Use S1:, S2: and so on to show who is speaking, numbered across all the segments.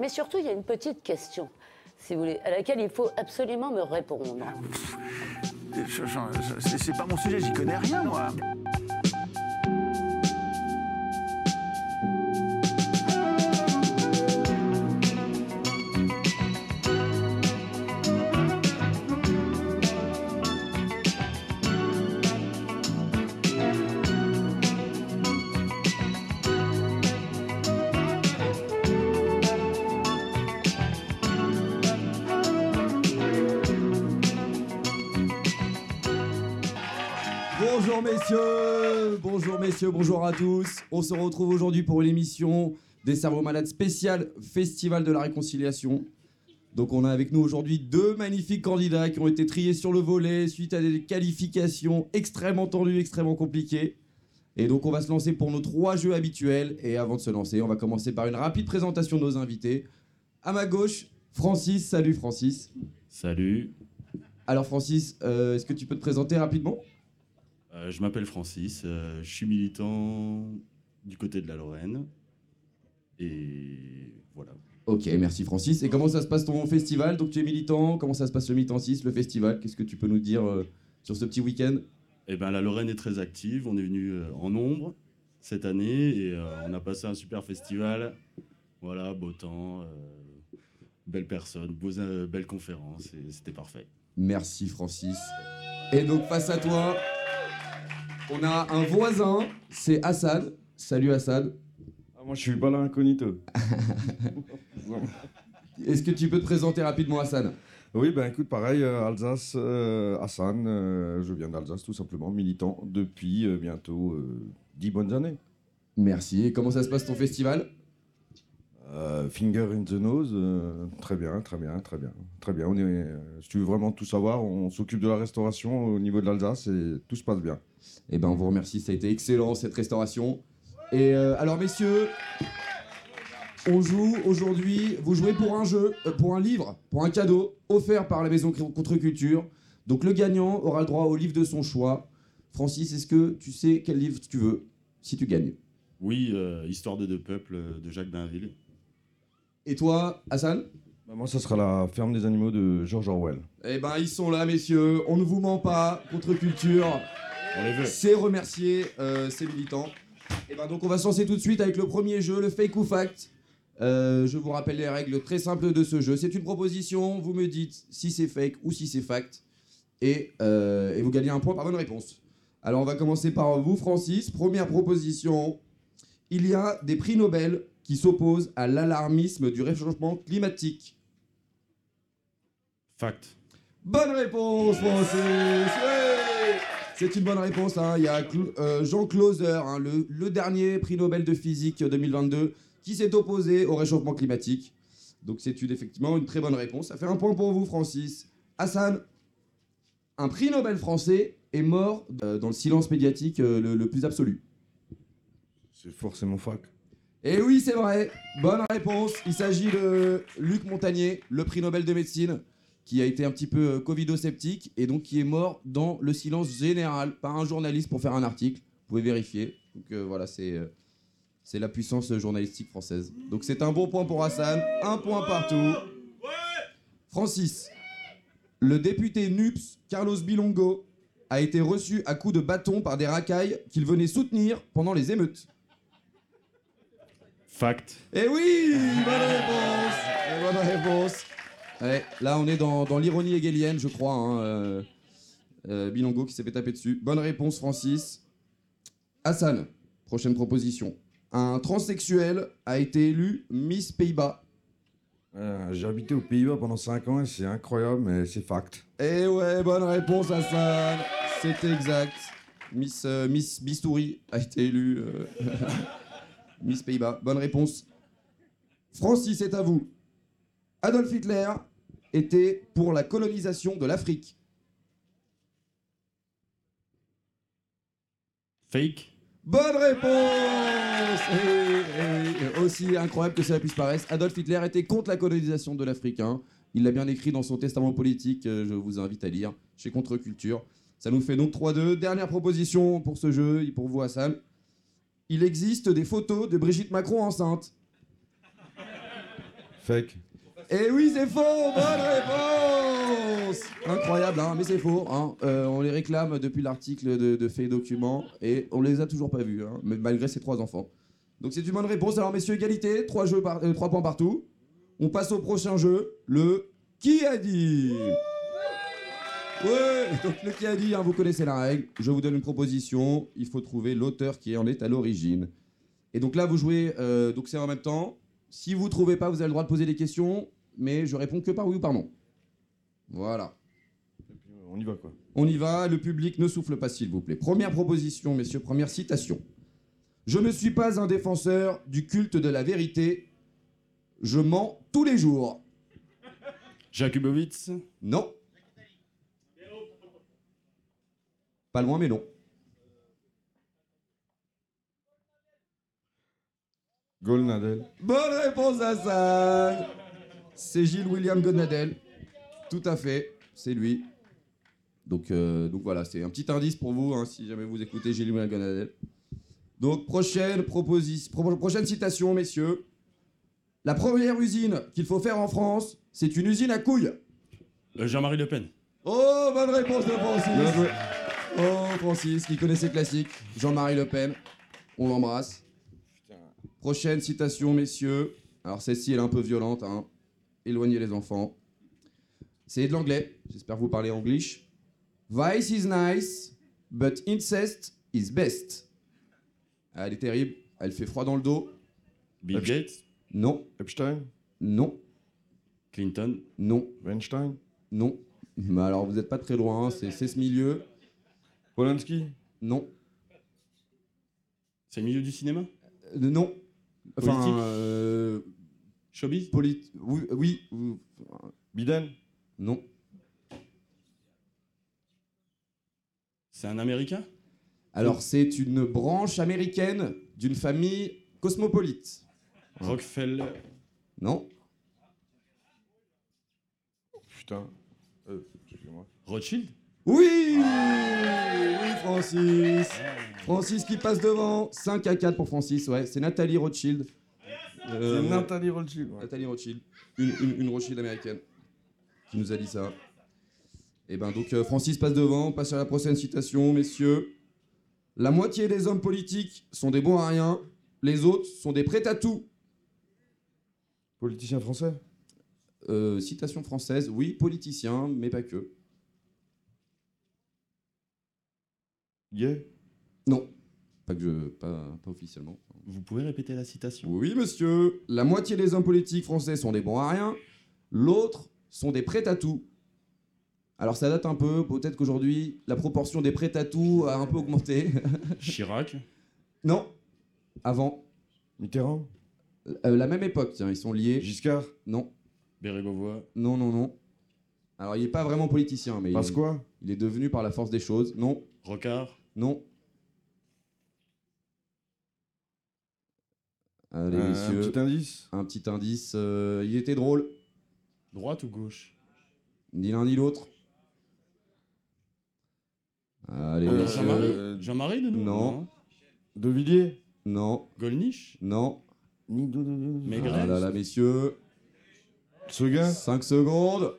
S1: Mais surtout, il y a une petite question, si vous voulez, à laquelle il faut absolument me répondre.
S2: Je- je- c'est- C'est pas mon sujet, j'y connais rien, moi.
S3: Bonjour messieurs, bonjour messieurs, bonjour à tous. On se retrouve aujourd'hui pour une émission des cerveaux malades spécial Festival de la Réconciliation. Donc on a avec nous aujourd'hui deux magnifiques candidats qui ont été triés sur le volet suite à des qualifications extrêmement tendues, extrêmement compliquées. Et donc on va se lancer pour nos trois jeux habituels. Et avant de se lancer, on va commencer par une rapide présentation de nos invités. À ma gauche, Francis. Salut Francis.
S4: Salut,
S3: Alors Francis, euh, est-ce que tu peux te présenter rapidement
S4: euh, je m'appelle Francis, euh, je suis militant du côté de la Lorraine. Et voilà.
S3: Ok, merci Francis. Et comment ça se passe ton festival Donc tu es militant, comment ça se passe le militant 6, le festival Qu'est-ce que tu peux nous dire euh, sur ce petit week-end
S4: Eh ben, la Lorraine est très active, on est venu euh, en nombre cette année et euh, on a passé un super festival. Voilà, beau temps, euh, belles personnes, beaux, euh, belles conférences, et c'était parfait.
S3: Merci Francis. Et donc face à toi, on a un voisin, c'est Assad. Salut Assad.
S5: Ah, moi, je suis pas là incognito.
S3: Est-ce que tu peux te présenter rapidement Assad
S5: Oui, ben écoute, pareil, euh, Alsace, euh, Hassan, euh, je viens d'Alsace tout simplement, militant depuis euh, bientôt euh, 10 bonnes années.
S3: Merci. Et comment ça se passe ton festival
S5: Euh, finger in the nose, euh, très bien, très bien, très bien. Très bien, on est, euh, si tu veux vraiment tout savoir, on s'occupe de la restauration au niveau de l'Alsace et tout se passe bien.
S3: Eh ben on vous remercie, ça a été excellent cette restauration. Et euh, alors messieurs, on joue aujourd'hui, vous jouez pour un jeu, euh, pour un livre, pour un cadeau offert par la maison Contre-Culture. Donc le gagnant aura le droit au livre de son choix. Francis, est-ce que tu sais quel livre tu veux si tu gagnes
S4: Oui, euh, Histoire de deux peuples euh, de Jacques Bainville.
S3: Et toi, Hassan
S5: Ben, moi, ça sera la ferme des animaux de George Orwell.
S3: Eh ben ils sont là messieurs, on ne vous ment pas, Contre-Culture.
S4: On les veut.
S3: C'est remercier euh, ces militants. Et ben donc on va se lancer tout de suite avec le premier jeu, le fake ou fact. Euh, je vous rappelle les règles très simples de ce jeu. C'est une proposition, vous me dites si c'est fake ou si c'est fact. Et, euh, et vous gagnez un point par bonne réponse. Alors on va commencer par vous Francis. Première proposition. Il y a des prix Nobel qui s'opposent à l'alarmisme du réchauffement climatique.
S4: Fact.
S3: Bonne réponse, Francis Ouais C'est une bonne réponse. hein. Il y a Cl- euh, Jean Clauser, hein, le, le dernier prix Nobel de physique 2022, qui s'est opposé au réchauffement climatique. Donc c'est une- effectivement une très bonne réponse. Ça fait un point pour vous, Francis. Hassan, un prix Nobel français est mort euh, dans le silence médiatique euh, le- le plus absolu.
S5: C'est forcément fac.
S3: Et oui, c'est vrai. Bonne réponse. Il s'agit de Luc Montagnier, le prix Nobel de médecine, qui a été un petit peu euh, covidosceptique et donc qui est mort dans le silence général par un journaliste pour faire un article. Vous pouvez vérifier. Donc euh, voilà, c'est euh, c'est la puissance euh, journalistique française. Donc c'est un bon point pour Hassan. Un point partout. Francis, le député NUPS, Carlos Bilongo, a été reçu à coups de bâton par des racailles qu'il venait soutenir pendant les émeutes.
S4: Fact.
S3: Eh oui Bonne réponse Eh, Bonne réponse Ouais, Là, on est dans, dans l'ironie hegelienne, je crois. hein, euh, euh, Bilongo qui s'est fait taper dessus. Bonne réponse, Francis. Hassan, prochaine proposition. Un transsexuel a été élu Miss Pays-Bas.
S5: Euh, J'ai habité aux Pays-Bas pendant 5 ans et c'est incroyable, mais c'est fact.
S3: Eh ouais, bonne réponse, Hassan C'est exact. Miss, euh, Miss Bistouri a été élue euh, Miss Pays-Bas. Bonne réponse. Francis, c'est à vous. Adolf Hitler était pour la colonisation de l'Afrique.
S4: Fake.
S3: Bonne réponse Et- et- et Aussi incroyable que cela puisse paraître, Adolf Hitler était contre la colonisation de l'Afrique. hein. Il l'a bien écrit dans son testament politique, euh, je vous invite à lire, chez Contre-Culture. Ça nous fait donc 3-2. Dernière proposition pour ce jeu, et pour vous Hassan. Il existe des photos de Brigitte Macron enceinte.
S5: Fake.
S3: Eh oui, c'est faux Bonne réponse Incroyable, hein, mais c'est faux. Hein. Euh, on les réclame depuis l'article de, de Fait et Documents et on les a toujours pas vus, hein, mais malgré ces trois enfants. Donc c'est une bonne réponse. Alors, messieurs, égalité, trois, jeux par- euh, trois points partout. On passe au prochain jeu, le Qui a dit Ouais, donc le Qui a dit, hein, vous connaissez la règle. Je vous donne une proposition, il faut trouver l'auteur qui en est à l'origine. Et donc là, vous jouez, euh, donc c'est en même temps. Si vous trouvez pas, vous avez le droit de poser des questions mais je réponds que par oui ou par non. Voilà.
S5: euh, On y va quoi.
S3: On y va, le public ne souffle pas s'il vous plaît. Première proposition, messieurs, première citation. Je ne suis pas un défenseur du culte de la vérité. Je mens tous les jours.
S4: Jakubowicz,
S3: Non. Pas loin, mais non.
S5: Gol Nadel.
S3: Bonne réponse à ça. C'est Gilles William Gonadel. Tout à fait, c'est lui. Donc, euh, donc voilà, c'est un petit indice pour vous, hein, si jamais vous écoutez Gilles William Gonadel. Donc prochaine proposition, prochaine citation, messieurs. La première usine qu'il faut faire en France, c'est une usine à couilles.
S4: euh, Jean-Marie Le Pen.
S3: Oh, bonne réponse de Francis.
S5: Bien joué.
S3: Oh, Francis, qui connaît ses classiques. Jean-Marie Le Pen, on l'embrasse. Prochaine citation, messieurs. Alors, celle-ci, elle est un peu violente. Hein. Éloignez les enfants. C'est de l'anglais. J'espère que vous parlez anglais. Vice is nice, but incest is best. Ah, elle est terrible. Elle fait froid dans le dos. Euh,
S4: Bill Gates,
S3: Non,
S5: Epstein.
S3: non,
S4: Clinton,
S3: non,
S5: Weinstein.
S3: non. Mais alors, vous n'êtes pas très loin. hein. C'est c'est ce milieu.
S5: Polanski.
S3: Non.
S4: c'est le milieu du cinéma
S3: Euh, non. Enfin,
S4: Politique.
S3: euh,
S4: Showbiz
S3: polit- oui, oui, oui,
S5: Biden.
S3: non.
S4: C'est un Américain
S3: Alors, c'est une branche américaine d'une famille cosmopolite.
S4: Rockefeller,
S3: Non.
S5: Putain. Euh, excusez-moi.
S4: Rothschild
S3: Oui Oui, Francis Francis qui passe devant. 5 à 4 pour Francis, ouais. C'est Nathalie Rothschild. Euh,
S5: C'est Nathalie Rothschild. ouais.
S3: Nathalie Rothschild. Une, une- une Rothschild américaine qui nous a dit ça. Et ben donc euh, Francis passe devant, on passe à la prochaine citation, messieurs. La moitié des hommes politiques sont des bons à rien, les autres sont des prêts à tout.
S5: Politicien français.
S3: Euh, citation française, oui, politicien, mais pas que.
S5: Gay.
S3: Non, pas que je, pas, pas officiellement.
S4: Vous pouvez répéter la citation
S3: Oui, monsieur. La moitié des hommes politiques français sont des bons à rien, l'autre sont des prêts à tout. Alors ça date un peu, peut-être qu'aujourd'hui la proportion des prêts à tout a un peu augmenté.
S4: Chirac,
S3: non, avant,
S5: Mitterrand.
S3: Euh, la même époque, tiens, ils sont liés.
S5: Giscard.
S3: Non,
S4: Bérégovoy,
S3: non, non, non. Alors il n'est pas vraiment politicien, mais
S5: Parce
S3: il,
S5: quoi
S3: il est devenu par la force des choses. Non,
S4: Rocard,
S3: non. Allez, messieurs,
S5: Euh, Un petit indice.
S3: un petit indice. euh, il était drôle,
S4: droite ou gauche
S3: ni l'un ni l'autre. Allez,
S5: Euh,
S3: messieurs.
S4: Jean-Marie
S5: euh,
S4: Jean-Marie de nous
S3: non.
S5: De Villiers.
S3: Non,
S4: Golnisch
S3: non.
S4: Maigret.
S3: Ah là là, messieurs.
S5: Seguin.
S3: 5 secondes.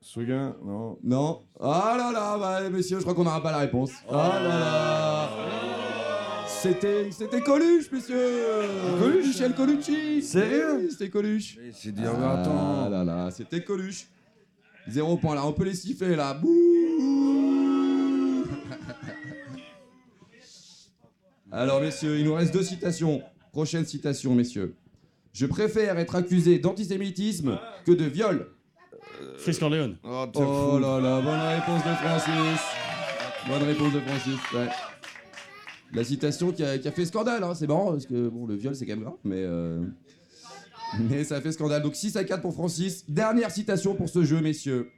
S5: Seguin. Non.
S3: Non. Ah là là, bah, messieurs, je crois qu'on n'aura pas la réponse. Ah là là. C'était, c'était Coluche, messieurs. Coluche, Michel Colucci.
S5: Sérieux
S3: Oui, C'était Coluche.
S5: C'est
S3: Ah là là, c'était Coluche. Zéro point là, on peut les siffler là. Bouh Alors messieurs, il nous reste deux citations. Prochaine citation, messieurs. Je préfère être accusé d'antisémitisme que de viol.
S4: Fritz Corleone,
S5: Oh, t'es
S3: Oh
S5: fou.
S3: là là, bonne réponse de Francis. Bonne réponse de Francis, ouais. La citation qui a, qui a fait scandale, hein. c'est marrant parce que bon, le viol c'est quand même grave, mais, euh, mais ça fait scandale. Donc 6 à 4 pour Francis. Dernière citation pour ce jeu, messieurs.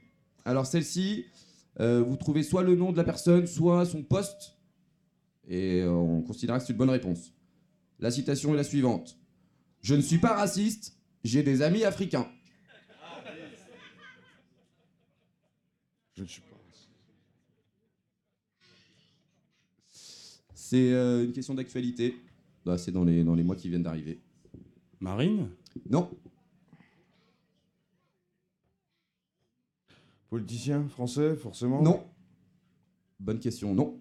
S3: Alors celle-ci, euh, vous trouvez soit le nom de la personne, soit son poste, et euh, on considère que c'est une bonne réponse. La citation est la suivante Je ne suis pas raciste, j'ai des amis africains.
S5: Je ne suis pas.
S3: C'est euh, une question d'actualité. Bah, c'est dans les, dans les mois qui viennent d'arriver.
S4: Marine,
S3: Non,
S5: Politicien français, forcément
S3: Non. Bonne question, non.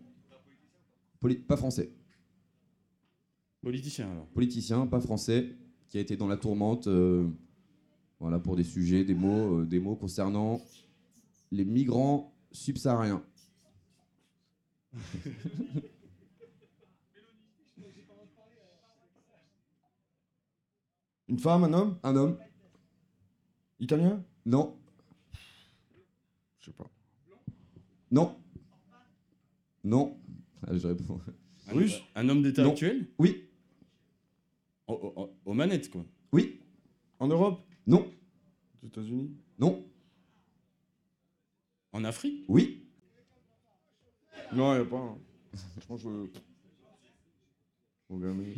S3: Poli- pas français.
S4: Politicien, alors.
S3: Politicien, pas français, qui a été dans la tourmente euh, voilà, pour des sujets, des mots, euh, des mots concernant les migrants subsahariens.
S5: Une femme, un homme
S3: Un homme
S5: Italien
S3: Non.
S5: Je sais pas.
S3: Non. Non. Ah, je réponds.
S4: Un,
S5: Russe
S4: un homme d'État
S3: Non.
S4: actuel
S3: Oui.
S4: Au- au- au- Aux manettes, quoi.
S3: Oui.
S5: En Europe
S3: Non.
S5: Aux États-Unis
S3: Non.
S4: En Afrique
S3: Oui.
S5: Non, y a pas. hein. Franchement, je. Mon gars, mais-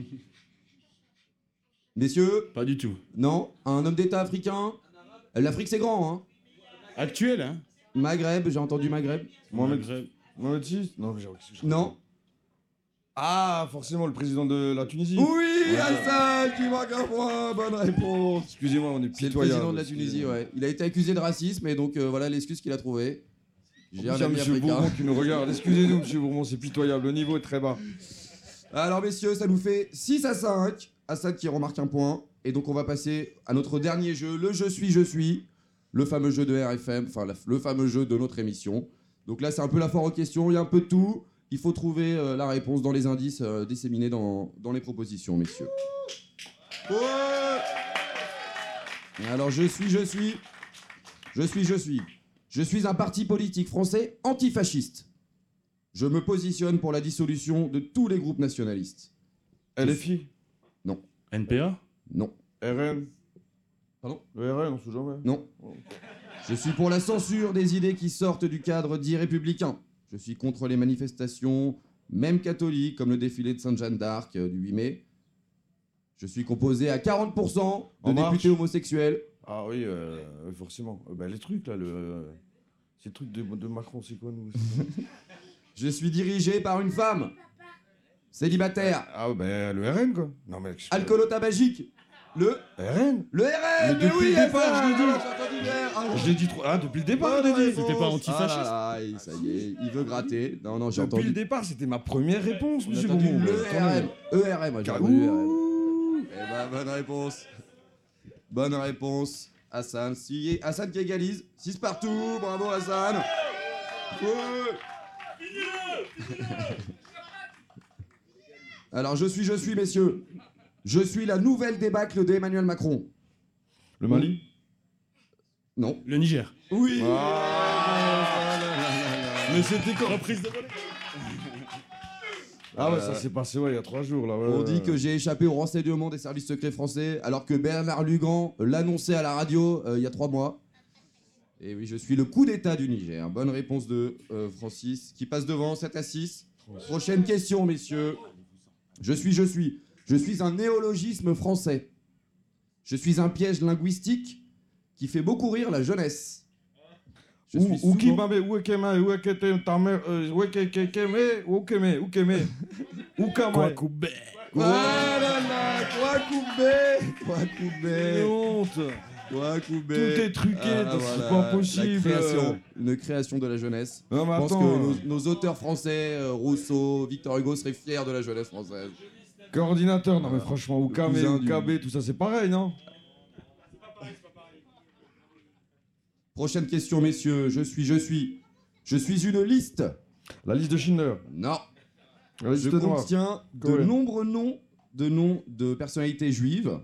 S3: Messieurs,
S4: Pas du tout.
S3: non. Un homme d'État africain. L'Afrique, c'est grand, hein.
S4: Actuel, hein
S3: Maghreb, j'ai entendu Maghreb.
S5: Mohamed
S4: Maghreb.
S5: Mohamed VI Non, mais j'ai- j'ai- j'ai-
S3: Non.
S5: Ah, forcément, le président de la Tunisie
S3: Oui,
S5: Voilà.
S3: Hassan qui marque un point. Bonne réponse.
S5: Excusez-moi, on est
S3: C'est le
S5: pitoyable.
S3: président de la Tunisie, ouais. Il a été accusé de racisme et donc euh, voilà l'excuse qu'il a trouvée. J'ai un
S5: J'ai
S3: ami
S5: monsieur
S3: africain.
S5: Bourbon qui nous regarde. Excusez-nous, monsieur Bourbon, c'est pitoyable. Le niveau est très bas.
S3: Alors messieurs, ça nous fait 6 à 5. Assad qui remarque un point. Et donc on va passer à notre dernier jeu, le Je suis, je suis. Le fameux jeu de RFM, enfin la- le fameux jeu de notre émission. Donc là c'est un peu la foire aux questions, il y a un peu de tout. Il faut trouver euh, la réponse dans les indices euh, disséminés dans, dans les propositions, messieurs. Et Alors je suis, je suis. Je suis, je suis. Je suis un parti politique français antifasciste. Je me positionne pour la dissolution de tous les groupes nationalistes.
S5: LFI
S4: NPA
S3: Non.
S5: RN
S3: Pardon
S5: Le RN, on sait jamais.
S3: Non. Je suis pour la censure des idées qui sortent du cadre dit républicain. Je suis contre les manifestations, même catholiques, comme le défilé de Sainte-Jeanne d'Arc euh, du 8 mai. Je suis composé à 40% de
S5: En marche.
S3: députés homosexuels.
S5: Ah oui, euh, forcément. Euh, bah, les trucs, là, le... euh, Ces trucs de, de Macron, c'est quoi, nous
S3: Je suis dirigé par une femme. Célibataire.
S5: Ah, bah, le RN, quoi. Non, mais...
S3: Alcoolotabagique. Le,
S5: RN
S3: le RN
S5: Mais depuis le départ,
S3: F1,
S5: je l'ai dit.
S3: j'ai entendu le R. Ah,
S5: Je l'ai dit trop... Ah, depuis le départ,
S3: Bonne
S5: je l'ai dit
S3: réponse.
S4: C'était pas antifasciste
S3: Ah là là, Ça y est, il veut gratter. Non, non, j'ai
S5: Depuis le
S3: entendu.
S5: départ, c'était ma première réponse,
S3: J'ai
S5: monsieur
S3: entendu
S5: Bourbon.
S3: le
S5: Attendez.
S3: ERM. ERM, moi, j'ai
S5: Car-
S3: entendu ERM. Eh ben, bonne réponse. Bonne réponse. Hassan, si, Hassan qui égalise. 6 partout. Bravo, Hassan. Ouais. Alors, je suis, je suis, messieurs. Je suis la nouvelle débâcle d'Emmanuel Macron.
S5: Le Mali
S3: Non. Ah,
S4: Le Niger.
S3: Oui.
S4: Mais c'était quoi Reprise de volée
S5: Ah ouais, ça s'est passé ouais, il y a trois jours là. ouais,
S3: On
S5: ouais,
S3: dit que
S5: ouais.
S3: j'ai échappé aux renseignements des services secrets français, alors que Bernard Lugan l'annonçait à la radio euh, il y a trois mois. Et oui, je suis le coup d'État du Niger. Bonne réponse de euh, Francis, qui passe devant 7 à 6. Prochaine question, messieurs. Je suis, je suis. Je suis un néologisme français. Je suis un piège linguistique qui fait beaucoup rire la jeunesse. Je
S5: Ou-
S3: suis
S5: ou qui
S3: souvent-
S5: m'avait ou kemé ou kete ta mère euh, ou ke ke kemé ou kemé ou kemé ou
S4: Quoi
S5: kama.
S4: coupé
S3: Ah là là, Kwakubé Kwakubé
S5: Quelle honte.
S3: Tout
S5: Tout est truqué, donc c'est pas possible.
S3: Une Ah, création de la jeunesse.
S5: Non mais
S3: Je pense
S5: attends.
S3: que nos, nos auteurs français, euh, Rousseau, Victor Hugo, seraient fiers de la jeunesse française.
S5: Coordinateur, non mais franchement ou kemé
S3: cousin
S5: ou
S3: du-
S5: KB, tout ça c'est pareil, non
S3: Prochaine question, messieurs. Je suis, je suis. Je suis une liste.
S5: La liste de Schindler,
S3: Non.
S5: la liste
S3: Je
S5: noire.
S3: contiens de
S5: Cohen.
S3: nombreux noms de noms de personnalités juives,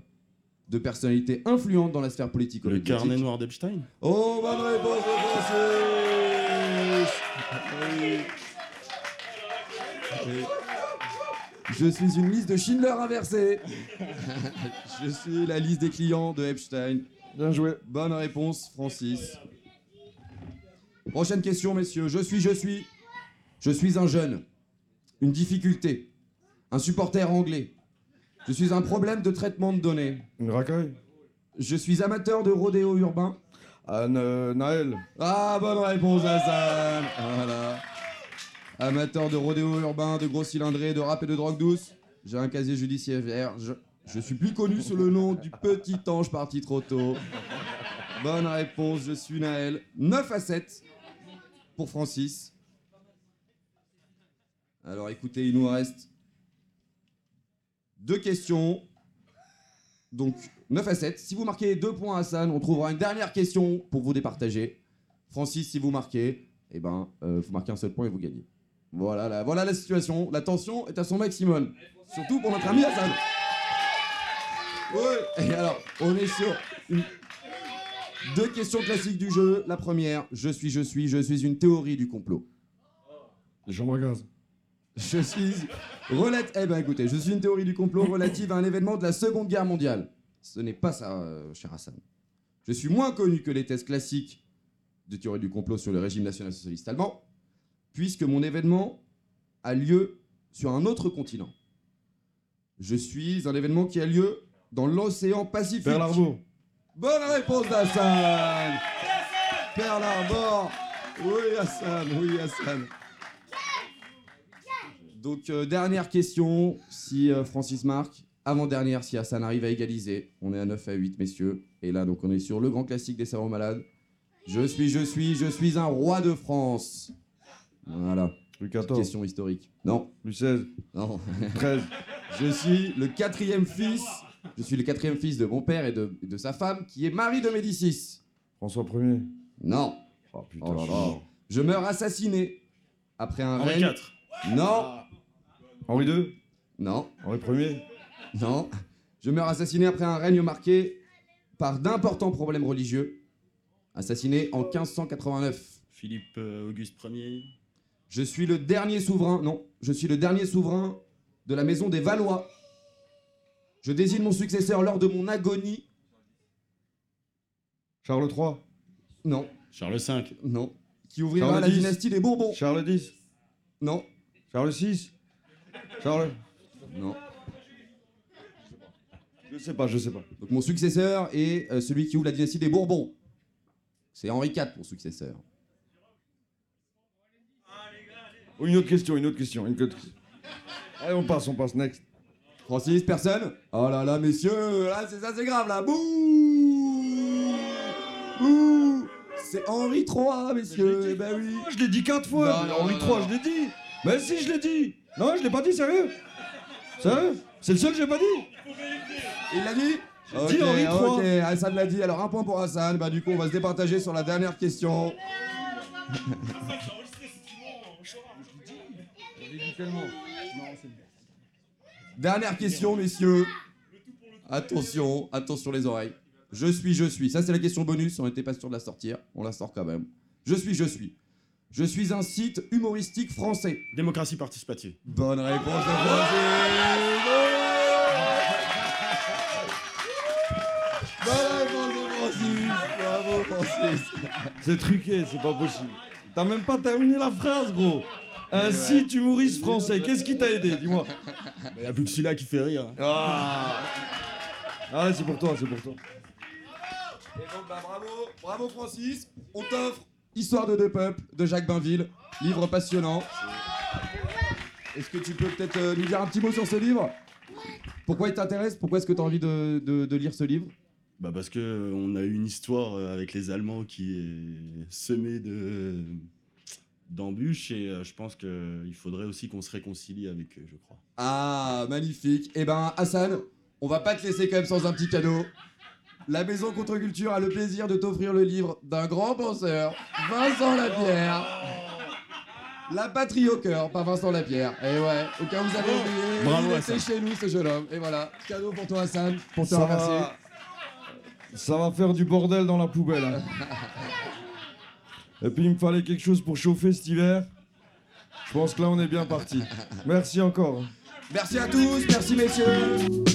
S3: de personnalités influentes dans la sphère politique.
S4: Le carnet noir d'Epstein
S3: Oh, bonne réponse de Francis Oui. Oui. Je suis une liste de Schindler inversée. Je suis la liste des clients de Epstein.
S5: Bien joué.
S3: Bonne réponse, Francis. Prochaine question, messieurs. Je suis, je suis. Je suis un jeune. Une difficulté. Un supporter anglais. Je suis un problème de traitement de données.
S5: Une racaille.
S3: Je suis amateur de rodéo urbain.
S5: Anne euh, Naël.
S3: Ah, bonne réponse, Hassan Ah, Voilà. Amateur de rodéo urbain, de gros cylindrés, de rap et de drogue douce, j'ai un casier judiciaire vierge. Je suis plus connu sous le nom du petit ange parti trop tôt. Bonne réponse, je suis Naël. 9 à 7 pour Francis. Alors écoutez, il nous reste deux questions. Donc 9 à 7. Si vous marquez deux points à Hassan, on trouvera une dernière question pour vous départager. Francis, si vous marquez, eh ben, euh, vous marquez un seul point et vous gagnez. Voilà la, voilà la situation. La tension est à son maximum. Surtout pour notre ami Hassan. Ouais. Et alors, on est sur une- deux questions classiques du jeu. La première, je suis, je suis, je suis une théorie du complot.
S5: Jean gaz.
S3: Je suis. Relate. Eh ben écoutez, je suis une théorie du complot relative à un événement de la Seconde Guerre mondiale. Ce n'est pas ça, euh, cher Hassan. Je suis moins connu que les thèses classiques de théorie du complot sur le régime national-socialiste allemand, puisque mon événement a lieu sur un autre continent. Je suis un événement qui a lieu dans l'océan Pacifique.
S5: Pearl Harbor.
S3: Bonne réponse d'Hassan Pearl Harbor Oui Hassan, oui Hassan Donc euh, dernière question, si euh, Francis marque, avant-dernière si Hassan arrive à égaliser, on est à 9 à 8 messieurs, et là donc on est sur le grand classique des savants malades. Je suis, je suis, je suis un roi de France Voilà,
S5: Louis
S3: petite
S5: XIV.
S3: question historique. Non,
S5: Louis XVI.
S3: non.
S5: 13.
S3: Je suis le quatrième fils, je suis le quatrième fils de mon père et de, de sa femme qui est Marie de Médicis.
S5: François 1er.
S3: Non.
S5: Oh putain.
S3: Oh là
S5: je suis
S3: là.
S5: mort.
S3: Je meurs assassiné après un
S4: Henri
S3: règne.
S4: IV.
S3: Non,
S5: Henri II.
S3: non,
S5: Henri 1er.
S3: non. Je meurs assassiné après un règne marqué par d'importants problèmes religieux. Assassiné en 1589.
S4: Philippe euh, Auguste Ier.
S3: Je suis le dernier souverain. Non, je suis le dernier souverain de la maison des Valois. Je désigne mon successeur lors de mon agonie.
S5: Charles III.
S3: Non,
S4: Charles V.
S3: non. Qui ouvrira
S5: Charles
S3: la
S5: X.
S3: dynastie des Bourbons.
S5: Charles X.
S3: Non,
S5: Charles VI. Charles.
S3: non.
S5: Je sais pas, je sais pas.
S3: Donc mon successeur est euh, celui qui ouvre la dynastie des Bourbons. C'est Henri IV, mon successeur.
S5: Oh, une autre question, une autre question, une autre question. Allez, on passe, on passe, next.
S3: Francis, personne Oh là là, messieurs, là, c'est ça, c'est grave, là. Bouh Bouh C'est Henri III, messieurs, eh ben oui.
S5: Oh, je l'ai dit quatre fois,
S3: Non, non,
S5: Henri
S3: non,
S5: III,
S3: non.
S5: je l'ai dit. Mais si, je l'ai dit. Non, je l'ai pas dit, sérieux. Sérieux C'est le seul que j'ai pas dit.
S3: Il l'a dit Ok,
S5: dit Henri III.
S3: ok, Hassan l'a dit, alors un point pour Hassan. Bah, du coup, on va se départager sur la dernière question. Dernière question, messieurs. Attention, attention les oreilles. Je suis, je suis. Ça, c'est la question bonus. On n'était pas sûr de la sortir. On la sort quand même. Je suis, je suis. Je suis un site humoristique français.
S4: Démocratie participative.
S3: Bonne réponse de Francis. Bonne réponse de Francis. Bravo Francis.
S5: C'est truqué, c'est pas possible. T'as même pas terminé la phrase, gros. Un site humoriste français, qu'est-ce qui t'a aidé, dis-moi.
S4: Il n'y Bah, a plus que celui-là qui fait rire.
S5: Ah, ah ouais, c'est pour toi, c'est pour toi.
S3: Et donc, bah, bravo, bravo Francis. On t'offre Histoire de deux peuples de Jacques Bainville, livre passionnant. Est-ce que tu peux peut-être euh, nous dire un petit mot sur ce livre Pourquoi il t'intéresse Pourquoi est-ce que tu as envie de, de- de lire ce livre
S4: Bah parce que euh, on a eu une histoire euh, avec les Allemands qui est semée de d'embûches et euh, je pense qu'il faudrait aussi qu'on se réconcilie avec eux, je crois.
S3: Ah, magnifique. Eh ben, Hassan, on va pas te laisser quand même sans un petit cadeau. La Maison Contre-Culture a le plaisir de t'offrir le livre d'un grand penseur, Vincent Lapierre. La patrie au cœur par Vincent Lapierre. Et ouais, au cas où vous avez oublié,
S4: Bravo,
S3: il
S4: Hassan.
S3: était chez nous ce jeune homme. Et voilà, cadeau pour toi Hassan, pour te
S5: Ça
S3: remercier.
S5: va, ça va faire du bordel dans la poubelle. hein. Et puis il me fallait quelque chose pour chauffer cet hiver. Je pense que là on est bien parti. Merci encore. hein.
S3: Merci à tous, merci messieurs.